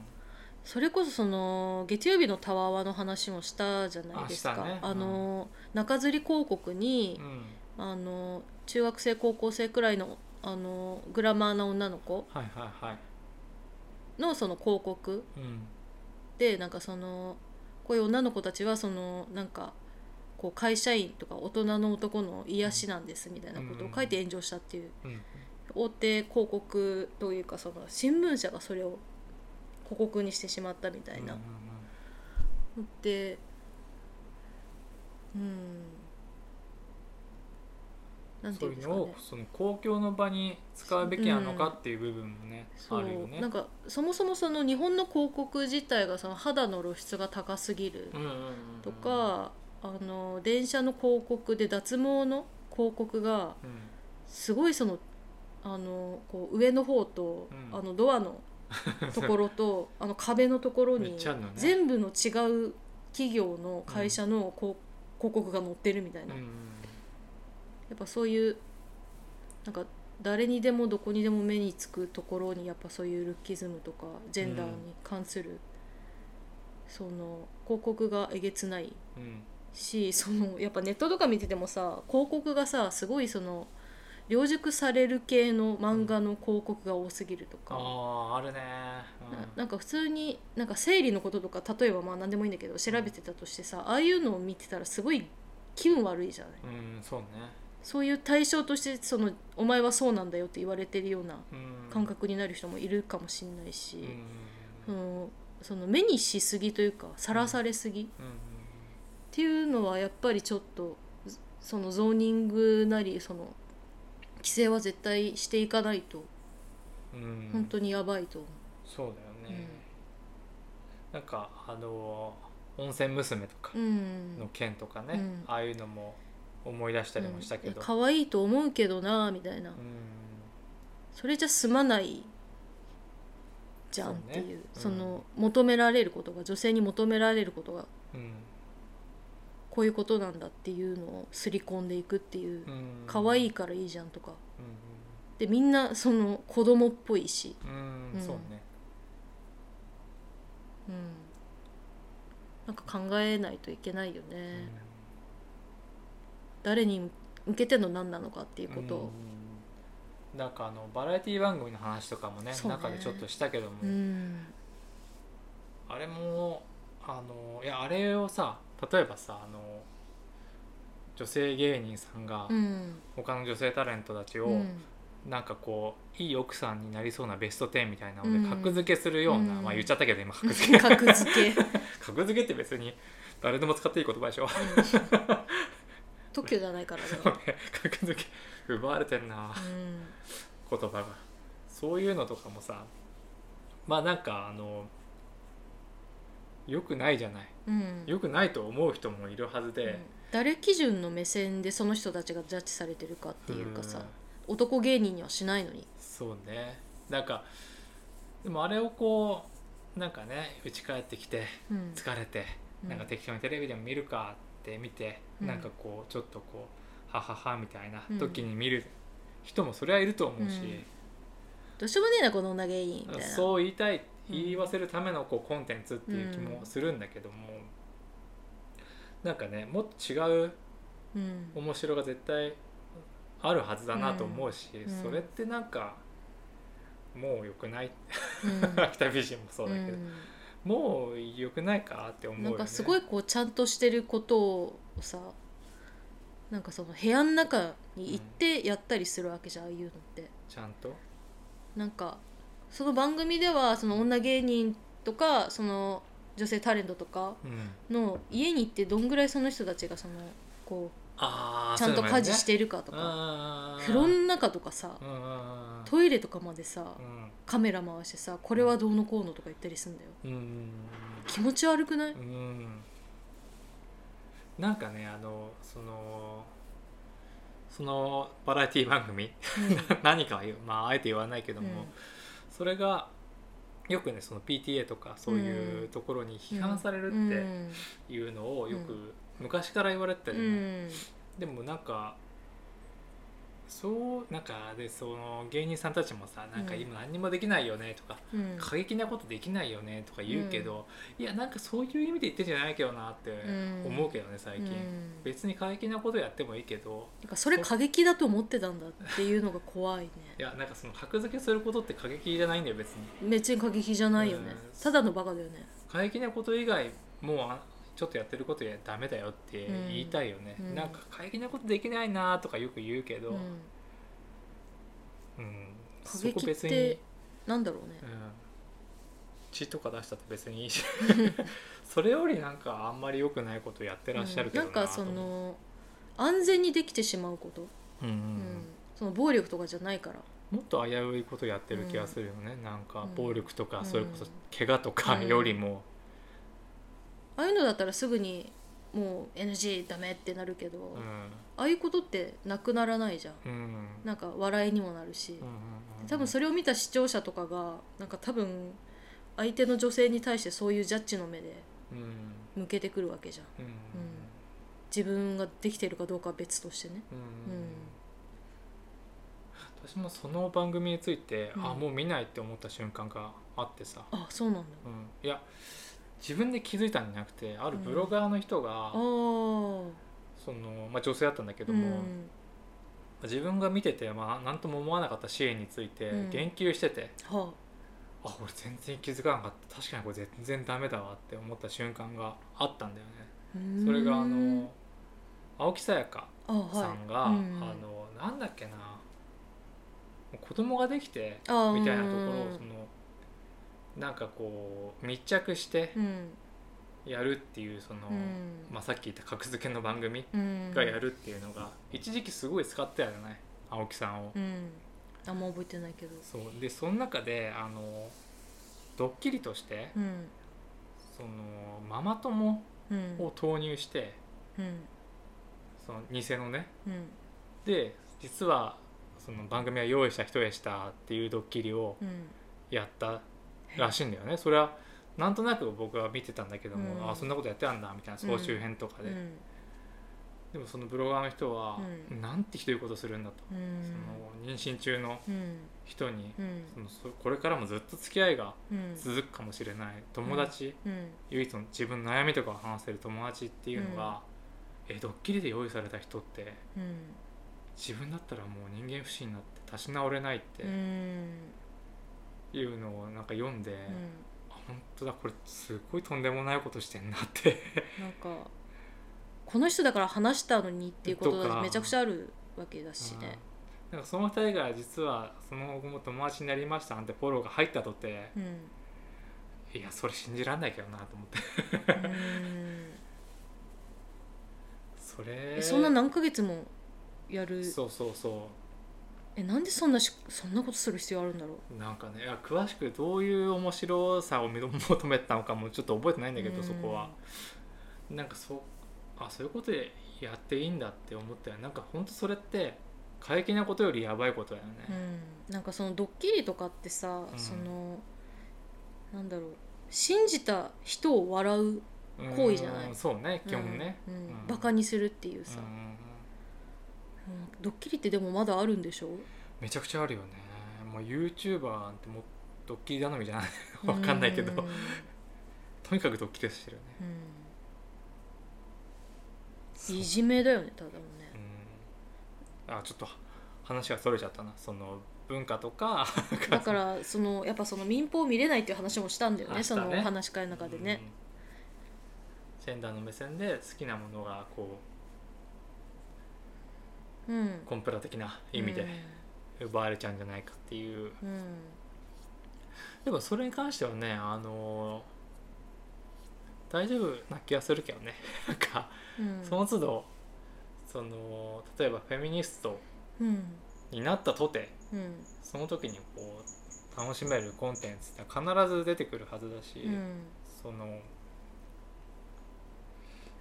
S2: それこそその月曜日のタワワの話もしたじゃないです
S1: あした
S2: か。
S1: ね
S2: あの中吊り広告に
S1: う、ん
S2: あの中学生高校生くらいのあのグラマーな女の子
S1: はいはいはい
S2: のその広告
S1: うん
S2: でなんかそのこういう女の子たちはそのなんかこう会社員とか大人の男の癒しなんですみたいなことを書いて炎上したっていう
S1: うん
S2: 大手広告というかその新聞社がそれを広告にしてしまったみたいな
S1: うん。
S2: でうん
S1: う
S2: なんんて
S1: そ
S2: いううん
S1: いう
S2: ですか
S1: のを
S2: ね
S1: その公共の場に使うべきなのかっていう部分もね、
S2: そ
S1: あるよ
S2: う
S1: ね
S2: なんかそもそもその日本の広告自体がその肌の露出が高すぎる
S1: うんうんうんうん
S2: とか、あの電車の広告で脱毛の広告が
S1: うん
S2: すごいそのあのこう上の方と、
S1: うん
S2: あのドアのとこ ろとあの壁のところ
S1: めっ
S2: に
S1: ちゃあるのね
S2: 全部の違う企業の会社のこう広告が載ってるみたいな、
S1: うんう
S2: や
S1: ん
S2: っぱそういうなんか誰にでもどこにでも目につくところにやっぱそういうルッキズムとかジェンダーに関する、その広告がえげつない
S1: うんうん
S2: しそのやっぱネットとか見ててもさ広告がさすごいその良熟される系の漫画の広告が多すぎるとか、
S1: あああるね
S2: ななんか普通になんか生理のこととか例えばまあ何でもいいんだけど調べてたとしてさああいうのを見てたらすごい気分悪いじゃない
S1: うん、うん、そうね、
S2: そういう対象としてそのお前はそうなんだよって言われてるような
S1: うん、
S2: 感覚になる人もいるかもしんないし
S1: うん、うん
S2: そのその目にしすぎというかさらされすぎ、
S1: うん
S2: っていうのはやっぱりちょっとずそのゾーニングなりその規制は絶対していかないと
S1: うんうんうん
S2: 本当にやばいと思
S1: そうだよね、なんかあの温泉娘とか
S2: う。うん
S1: の件とかね、
S2: うん
S1: ああいうのも思い出したりもしたけど、
S2: 可愛、いと思うけどなみたいな、
S1: うん
S2: それじゃ済まないじゃんっ
S1: そうね
S2: てい
S1: う
S2: う
S1: ん
S2: その求められることが女性に求められることが
S1: うん
S2: こういうことなんだっていうのを刷り込んでいくっていう
S1: うん
S2: 可愛、い
S1: い、
S2: からいいじゃんとかでみんなその子供っぽいし
S1: うんうん
S2: うん
S1: そうね
S2: うん、なんか考えないといけないよね、誰に向けての何なのかっていうことを、
S1: うんなんかあのバラエティ番組の話とかもね
S2: そうね
S1: 中でちょっとしたけども、
S2: うん
S1: あれもあのいやあれをさ例えばさあの女性芸人さんが
S2: うん
S1: 他の女性タレントたちを、
S2: うん
S1: なんかこういい奥さんになりそうなベスト10みたいな
S2: う
S1: の
S2: ん
S1: で格付けするような、
S2: うん
S1: まあ言っちゃったけど今格付け
S2: 格付け
S1: 格付けって別に誰でも使っていい言葉でしょ
S2: 特許じゃないからね、
S1: 格付け奪われてんな言葉がそういうのとかもさまあなんかあのよくないじゃない
S2: うんうん
S1: よくないと思う人もいるはず
S2: うん
S1: で、
S2: 誰基準の目線でその人たちがジャッジされてるかっていうかさ、男芸人にはしないのに、
S1: そうねなんかでもあれをこうなんかね家帰ってきて
S2: うん
S1: 疲れて、なんか適当にテレビでも見るかって見て、
S2: うん
S1: なんかこうちょっとこうはははみたいな
S2: うん
S1: 時に見る人もそれはいると思うし、
S2: どうしようもねえなこの女芸人みたいな
S1: そう言いたい
S2: うん
S1: 言い忘れるためのこうコンテンツっていう気もするんだけども、なんかねもっと違う
S2: うん
S1: 面白が絶対あるはずだなと思うし、
S2: ん
S1: それってなんかもう良くない
S2: うん
S1: 秋田美人もそうだけど、
S2: うん
S1: もう良くないかって思うよ、
S2: な
S1: ね、
S2: んかすごいこうちゃんとしてることをさなんかその部屋の中に行ってやったりするわけじゃん、ああいうのって
S1: ちゃんと、
S2: なんかその番組ではその女芸人とかその女性タレントとか
S1: うん
S2: の家に行ってどんぐらいその人たちがそのこ
S1: あ
S2: う
S1: ー
S2: ちゃん
S1: そ
S2: と
S1: ういうのもあ
S2: 家
S1: るね
S2: 事しているかとか、
S1: あー
S2: 風呂の中とかさ
S1: うんうんうん
S2: トイレとかまでさ
S1: うん
S2: カメラ回してさこれはどうのこうのとか言ったりすんだよ
S1: うん
S2: 気持ち悪くない、
S1: うんなんかねあのそのそのバラエティ番組 何かは言うまああえて言わないけども、
S2: うん
S1: それがよくねその PTA とかそういううんところに批判される
S2: うん
S1: っていうのをよ
S2: う
S1: く昔から言われてた
S2: う
S1: よ
S2: ん
S1: ね、でもなんかそうなんかでその芸人さんたちもさなんか
S2: うん
S1: 今何にもできないよねとか、
S2: うん
S1: 過激なことできないよねとか言うけど、いやなんかそういう意味で言ってんじゃないけどなって
S2: ん
S1: 思うけどね最近、
S2: うん
S1: 別に過激なことやってもいいけど
S2: なんかそれ過激だと思ってたんだっていうのが怖いね
S1: いやなんかその格付けすることって過激じゃないんだよ別に
S2: 別に過激じゃないよね、
S1: うん
S2: ただのバカだよね
S1: 過激なこと以外もうあちょっとやってることやダメだよって言いたいよね、
S2: うんうん
S1: なんか過激なことできないなとかよく言うけど、
S2: う
S1: うんん
S2: 過
S1: そこ
S2: 激っ
S1: 別に
S2: て、なんだろうね
S1: うん、血とか出したって別にいいし それよりなんかあんまり良くないことやってらっしゃるけど
S2: うんなんか
S1: と
S2: そ
S1: 思う
S2: の安全にできてしまうこと、
S1: うんうんう
S2: うん
S1: ん
S2: その暴力とかじゃないから
S1: もっと危ういことやってる気がするよね、なんか
S2: うん
S1: 暴力と
S2: う
S1: か
S2: ん
S1: それこそ怪我とかよりも、
S2: ああいうのだったらすぐにもう NG ダメってなるけど、
S1: うん
S2: ああいうことってなくならないじゃん
S1: うんうん
S2: なんか笑いにもなるし、
S1: うんうん
S2: 多分それを見た視聴者とかがなんか多分相手の女性に対してそういうジャッジの目で
S1: うんうん
S2: 向けてくるわけじゃん自分ができてるかどうかは別としてね
S1: うん
S2: うん
S1: 私もその番組について、
S2: うん
S1: あもう見ないって思った瞬間があってさ、
S2: あそうなんだ
S1: うん、いや自分で気づいたんじゃなくてあるブロガーの人が
S2: あ、ー
S1: そのまあ、女性だったんだけど
S2: う
S1: も、ま
S2: ん
S1: あ自分が見てて、まあ、なんとも思わなかったシーンについて
S2: うん
S1: 言及してて、
S2: は
S1: あ俺全然気づかなかった確かにこれ全然ダメだわって思った瞬間があったんだよ
S2: あ
S1: ね
S2: うーん
S1: それがあの青木さやか
S2: あはい
S1: さんが、
S2: うん
S1: あのなんだっけなもう子供ができて
S2: あー
S1: みたいなところを
S2: うん
S1: そのなんかこう密着して
S2: うん
S1: やるっていうその、
S2: うん
S1: まあ、さっき言った格付けの番組
S2: うん
S1: がやるっていうのが一時期すごい使ってたじゃない青木さんを。
S2: うんあんま覚えてないけど
S1: そうでその中であのドッキリとして
S2: うん
S1: そのママ友
S2: うん
S1: を投入して
S2: うん
S1: その偽のね
S2: うん
S1: で実はその番組が用意した人でしたっていうドッキリを
S2: うん
S1: やったらしいんだよねそれはなんとなく僕は見てたんだけども、
S2: うん
S1: あそんなことやってたんだみたいな総集編とかで、
S2: うん
S1: でもそのブロガーの人は、
S2: うん
S1: なんてひどいことするんだと、
S2: うん
S1: その妊娠中の
S2: うん
S1: 人に、
S2: うん
S1: そのそこれからもずっと付き合いが
S2: うん
S1: 続くかもしれない友達、
S2: うん
S1: 唯一の自分の悩みとかを話せる友達っていうのが、えドッキリで用意された人って
S2: うん
S1: 自分だったらもう人間不信になって立ち直れないっ
S2: うん
S1: ていうのをなんか読んで、
S2: うん
S1: あ本当だこれすっごいとんでもないことしてんなって
S2: なんかこの人だから話したのにっていうこと
S1: とか
S2: がめちゃくちゃあるわけだしね。
S1: うんなんかその二人が実はその後も友達になりましたなんてフォローが入ったとて
S2: うん、
S1: いやそれ信じらんないけどなと思って それ
S2: えそんな何ヶ月もやる
S1: そうそうそ
S2: えなんでそんなしそんなことする必要あるんだろう
S1: うなんかねいや詳しくどういう面白さを求めたのかもちょっと覚えてないんだけど、
S2: うん
S1: そこはなんかそうあそういうことでやっていいんだって思ったよなんかほんとそれって過激なことよりやばいことだよ
S2: う
S1: ね、
S2: ん、なんかそのドッキリとかってさ、
S1: うん
S2: そのなんだろう信じた人を笑う、
S1: うん
S2: 行為じゃない
S1: そうね基本ね、
S2: うん
S1: うん
S2: バカにするっていうさ、
S1: うんうんうん
S2: うんドッキリってでもまだあるんでしょ
S1: めちゃくちゃあるよねもう YouTuber なんてもうドッキリ頼みじゃない わかんないけど、
S2: うんうん
S1: とにかくドッキリしてるよね
S2: いじめだよねただのね
S1: うんあちょっと話がそれちゃったなその文化とか
S2: だからそのやっぱその民放見れないっていう話もしたんだよね
S1: あし
S2: そ
S1: たね
S2: の話し会の中でね、
S1: うんジェンダーの目線で好きなものがこ
S2: うん
S1: うコンプラ的な意味で奪われちゃうんじゃないかっていう、
S2: うん、
S1: でもそれに関してはねあの大丈夫な気がするけどね なんか
S2: うんうん
S1: その都度その例えばフェミニスト
S2: うん
S1: になったとて
S2: うん
S1: その時にこう楽しめるコンテンツって必ず出てくるはずだし、
S2: うん
S1: その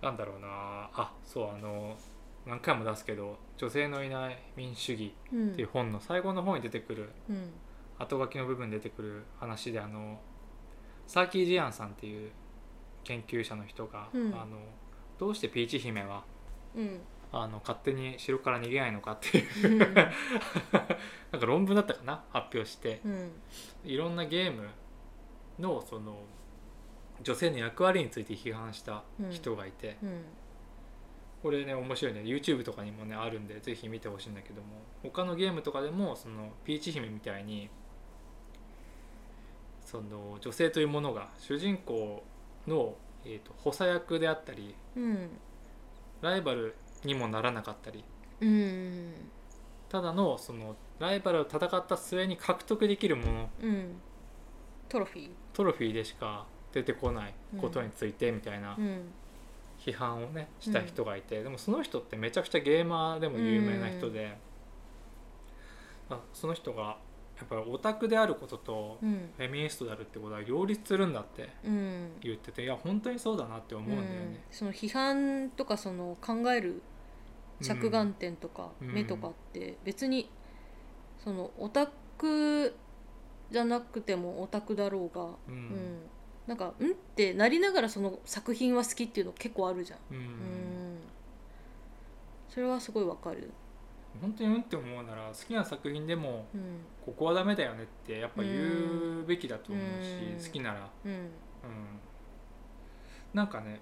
S1: なんだろうなあそうあの何回も出すけど「女性のいない民主主義」
S2: うん
S1: っていう本の最後の方に出てくる
S2: うん
S1: 後書きの部分に出てくる話であのサーキー・ジアンさんっていう研究者の人が、
S2: うん
S1: あのどうしてピーチ姫は
S2: うん
S1: ああの勝手に城から逃げないのかっていう
S2: う
S1: なん
S2: ん
S1: か論文だったかな発表して
S2: うん
S1: いろんなゲームのその女性の役割について批判した人がいて、
S2: うん
S1: これね面白いね YouTube とかにもねあるんでぜひ見てほしいんだけども他のゲームとかでもそのピーチ姫みたいにその女性というものが主人公の、えー、と補佐役であったり
S2: うん
S1: ライバルにもならなかったり
S2: うん
S1: ただのそのライバルを戦った末に獲得できるもの
S2: うんトロフィー
S1: トロフィーでしか出てこないことについてみたいな
S2: うん
S1: 批判をねした人がいて、でもその人ってめちゃくちゃゲーマーでも有名な人で、あその人がやっぱりオタクであることと
S2: うん
S1: フェミニストであるってことは両立するんだって
S2: うん
S1: 言ってていや本当にそうだなって思うんだよね。
S2: その批判とかその考える着眼点とか
S1: うん
S2: 目とかって別にそのオタクじゃなくてもオタクだろうが、
S1: うん
S2: うんなんか「ん?」ってなりながらその作品は好きっていうの結構あるじゃん。
S1: うん
S2: うんそれはすごいわかる。
S1: 本当にうんって思うなら好きな作品でも
S2: うん
S1: ここはダメだよねってやっぱ言うべきだと思う
S2: うん
S1: し好きなら
S2: うん
S1: うん、なんかね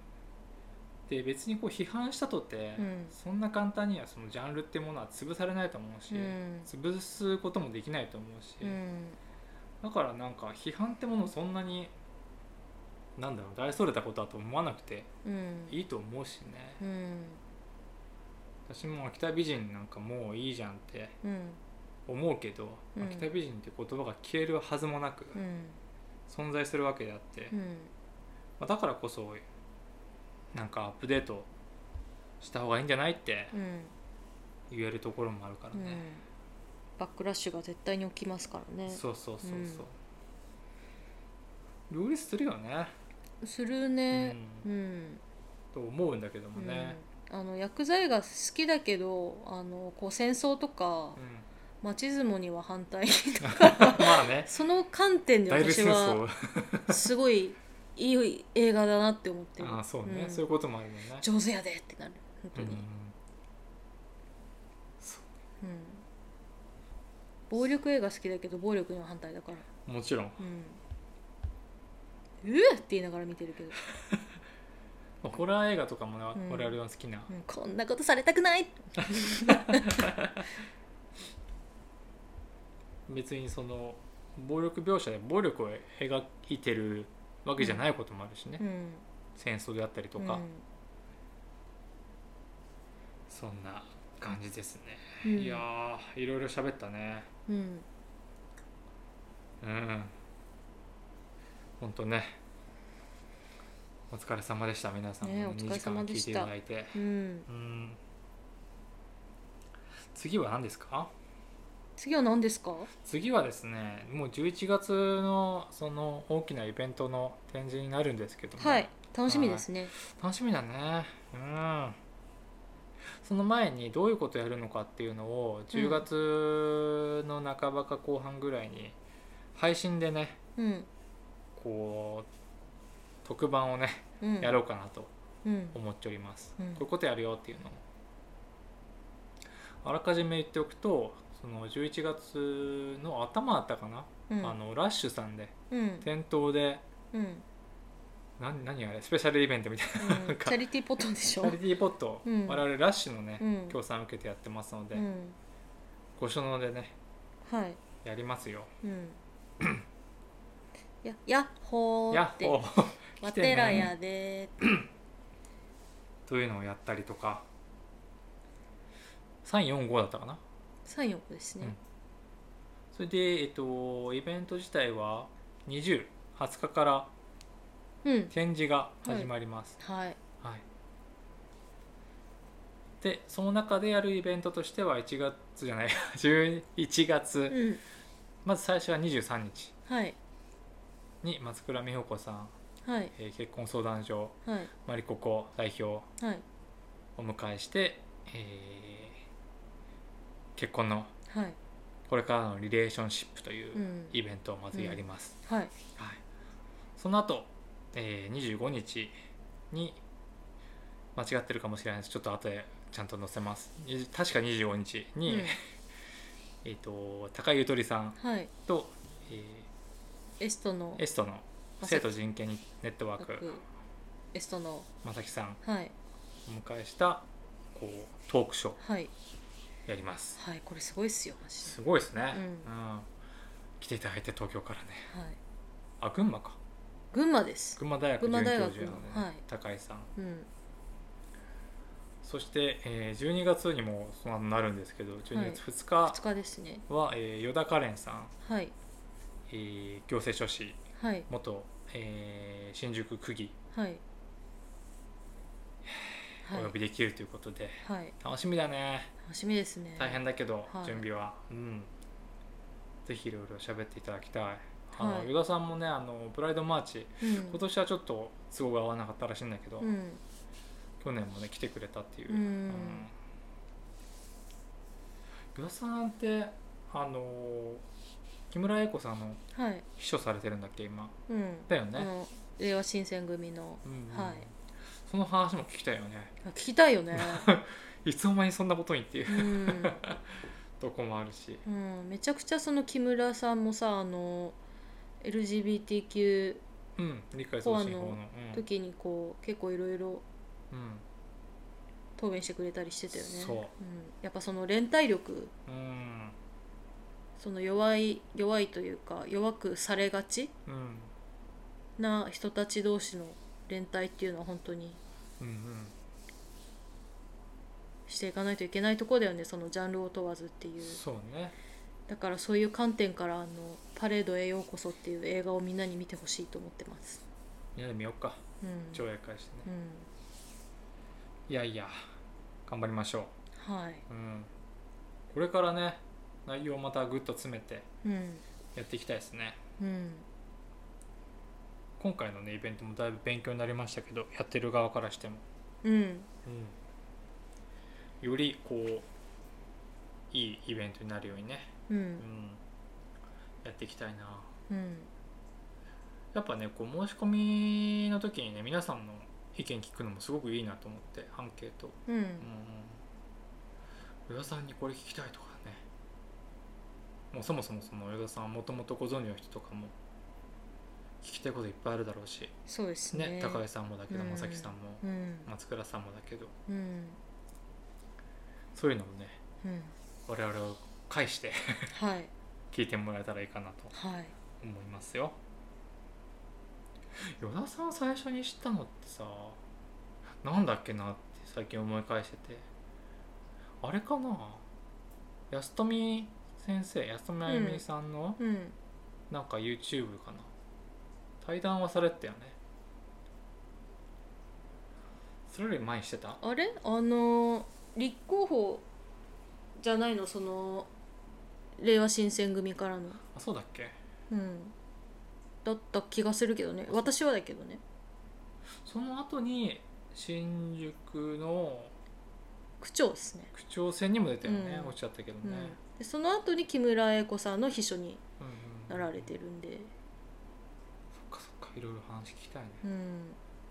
S1: で別にこう批判したとて、
S2: うん
S1: そんな簡単にはそのジャンルってものは潰されないと思うし、
S2: うん
S1: 潰すこともできないと思うし、
S2: うん
S1: だからなんか批判ってものをそんなになんだろう大それたことだと思わなくて
S2: うん
S1: いいと思うしね、
S2: うん
S1: 私も秋田美人なんかもういいじゃんって
S2: うん
S1: 思うけど、
S2: うん
S1: 秋田美人って言葉が消えるはずもなく、
S2: うん
S1: 存在するわけであって、
S2: うん
S1: まあ、だからこそなんかアップデートした方がいいんじゃないって
S2: うん
S1: 言えるところもあるから
S2: うん
S1: ね、
S2: バックラッシュが絶対に起きますからね。
S1: そうそうそうそう、両立するよね、
S2: するね、
S1: う
S2: うんん
S1: と思うんだけども
S2: うん
S1: ね、
S2: あの薬剤が好きだけどあのこう戦争とか
S1: うん
S2: マチズモには反対
S1: まあね
S2: その観点で
S1: 大別
S2: 私
S1: 戦
S2: は
S1: 争
S2: すごいいい映画だなって思ってる
S1: ああそうね、
S2: ん
S1: そういうこともあるよね、
S2: 上手やでってなる本
S1: う
S2: 当
S1: ん
S2: に、うん暴力映画好きだけど暴力には反対だから、
S1: もちろん
S2: うん、うえって言いながら見てるけど、
S1: まあホラー映画とかもね
S2: うん
S1: 我々は好きな、
S2: うんこんなことされたくない
S1: 別にその暴力描写で暴力を描いてるわけじゃないこともあるしね、
S2: うん
S1: 戦争であったりとか、
S2: う
S1: そんな感じですね、
S2: んうん
S1: いやーいろいろ喋ったね
S2: うん
S1: うんほんとねお疲れ様でした皆さんも
S2: ね
S1: ね
S2: お疲れ
S1: 2時間
S2: 様で
S1: 聞い
S2: して
S1: い
S2: た
S1: ただいて
S2: う
S1: う
S2: ん
S1: ん次は何ですか
S2: 次は何ですか
S1: 次はですねもう11月のその大きなイベントの展示になるんですけども、
S2: はい楽しみですね
S1: 楽しみだねうんその前にどういうことやるのかっていうのを10月の半ばか後半ぐらいに配信でね
S2: うん
S1: こう特番をね
S2: うん
S1: やろうかなと
S2: うん
S1: 思っております、
S2: うん
S1: こういうことやるよっていうのをあらかじめ言っておくとその11月の頭だったかな、
S2: うん
S1: あのラッシュさんで
S2: うん
S1: 店頭で
S2: うんうん
S1: 何何あれスペシャルイベントみたいななん
S2: チ
S1: か
S2: ャリティーポットでし
S1: チ
S2: ょ
S1: ャリティーポットを
S2: うん
S1: 我々ラッシュのね、
S2: うん
S1: 協賛受けてやってますので、
S2: うん
S1: ご所能でね
S2: はい
S1: やりますよ。
S2: うんややっほー
S1: や
S2: っ
S1: っ
S2: て
S1: ほー
S2: わてらやでーって
S1: というのをやったりとか345だったかな
S2: 三四個ですね
S1: それで、えっと、イベント自体は2020日から
S2: うん
S1: 展示が始まります、
S2: はい
S1: はいでその中でやるイベントとしては1月じゃない 11月、
S2: うん
S1: まず最初は23日
S2: はい
S1: に松倉美穂子さん、
S2: はい
S1: えー結婚相談所
S2: はい
S1: マリココ代表
S2: はい
S1: お迎えして、えー結婚の
S2: はい
S1: これからのリレーションシップといううんイベントをまずやります、
S2: はい
S1: はい、その後、えー25日に間違ってるかもしれないですちょっと後でちゃんと載せますに確か25日に、
S2: うん
S1: えっと高井ゆとりさん
S2: はい
S1: と、え
S2: エストの
S1: ーエストの生徒人権ネットワーク
S2: エストの
S1: 正木さんを
S2: はい
S1: お迎えしたこうトークショー
S2: はい
S1: やります
S2: はいこれすごいっすよマジ
S1: すごいですね、
S2: う
S1: うん来ていただいて東京からね
S2: で、はい、
S1: あ群馬か
S2: 群馬です
S1: 群馬大学
S2: 群馬
S1: 准教
S2: 大学
S1: 授なので、
S2: はい
S1: 高井さん
S2: うん
S1: そして、えー、12月にもそうなるんですけど12月2日
S2: 2日ですね
S1: は、えー、依田カレンさん、
S2: はい
S1: えー行政書士
S2: はい
S1: 元、えー新宿区議
S2: はい
S1: お
S2: はい
S1: 呼びできるということで、
S2: はい
S1: 楽しみだね
S2: 楽しみですね
S1: 大変だけど、
S2: はい
S1: 準備はうんぜひいろいろ喋っていただきたいあの、
S2: はい
S1: 依田さんもねあのプライドマーチ
S2: うん
S1: 今年はちょっと都合が合わなかったらしいんだけど、
S2: うん
S1: 去年もね来てくれたっていう、
S2: うん
S1: 依田さんってあのー木村英子さんの
S2: はい
S1: 秘書されてるんだっけ今
S2: うん、
S1: だよ
S2: あ
S1: ね、
S2: の令和新選組の
S1: うんうん
S2: はい
S1: その話も聞きたいよね
S2: 聞きたい よね
S1: いつの間にそんなことにっていう
S2: うん、
S1: とこもあるし
S2: うん、めちゃくちゃその木村さんもさあの LGBTQ
S1: うん理解増進法の
S2: コ時にこう結構いろいろ
S1: うん、うん
S2: 答弁してくれたりしてたよね
S1: そう、
S2: ん、やっぱその連帯力
S1: うん
S2: その弱い弱いというか弱くされがち
S1: うん
S2: な人たち同士の連帯っていうのは本当に
S1: うん
S2: していかないといけないところだよねそのジャンルを問わずっていう
S1: うんそうね
S2: だからそういう観点からあの「パレードへようこそ」っていう映画をみんなに見てほしいと思ってます
S1: みんなで見ようか
S2: うん、
S1: 上映会してね、い
S2: う
S1: やいや頑張りましょ、
S2: ん、はい
S1: う
S2: う
S1: ん、これからね内容をまたぐっと詰めて
S2: うん
S1: やっていきたいですね
S2: うん
S1: 今回のねイベントもだいぶ勉強になりましたけどやってる側からしても、
S2: うん
S1: よりこういいイベントになるようにね、
S2: う
S1: うんん、やっていきたいな
S2: うん
S1: やっぱねこう申し込みの時にね皆さんの意見聞くのもすごくいいなと思ってアンケート
S2: うん、
S1: うんうん、与田さんにこれ聞きたいとかねもうそもそもその与田さんはもともとご存知の人とかも聞きたいこといっぱいあるだろうし、
S2: そうですね
S1: ね高橋さんもだけど
S2: うん
S1: 正木さんも、
S2: うん
S1: 松倉さんもだけど
S2: うん
S1: そういうのをね
S2: うん
S1: 我々を介して
S2: はい
S1: 聞いてもらえたらいいかなと
S2: はい
S1: 思いますよ与田さん最初に知ったのってさなんだっけなって最近思い返しててあれかな安富先生安富あゆみさんの
S2: うん
S1: なんか YouTube かな、対談はされてたよねそれより前にしてた
S2: あれあの立候補じゃないのその令和新選組からの
S1: あそうだっけ
S2: うんだった気がするけどね私はだけどね
S1: その後に新宿の
S2: 区長ですね、
S1: 区長選にも出たよね、
S2: うん
S1: 落ちちゃったけどね
S2: うん、でその後に木村英子さんの秘書に
S1: うんう
S2: なんられてるんで
S1: そっかそっかいろいろ話聞きたいね
S2: うん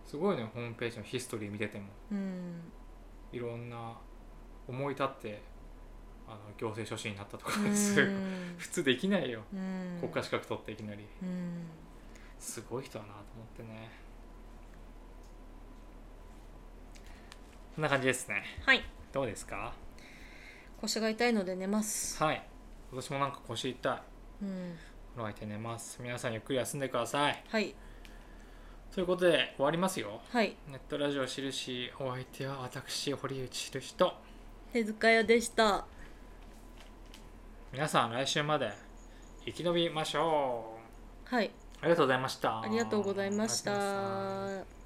S1: すごいねホームページのヒストリー見てても
S2: うん
S1: いろんな思い立ってあの行政書士になったとか
S2: うん
S1: すごい普通できないよ
S2: うん
S1: 国家資格取っていきなり
S2: うん
S1: すごい人だなと思ってねこんな感じですね
S2: はい
S1: どうですか
S2: 腰が痛いので寝ます、
S1: はい私もなんか腰痛い
S2: うん、
S1: お風呂入って寝ます皆さんゆっくり休んでください
S2: はい
S1: ということで終わりますよ
S2: はい
S1: ネットラジオ印お相手は私堀内印と
S2: 手塚屋でした
S1: 皆さん来週まで生き延びましょう
S2: はい
S1: ありがとうございました
S2: ありがとうございまし
S1: おやすみなさい
S2: た。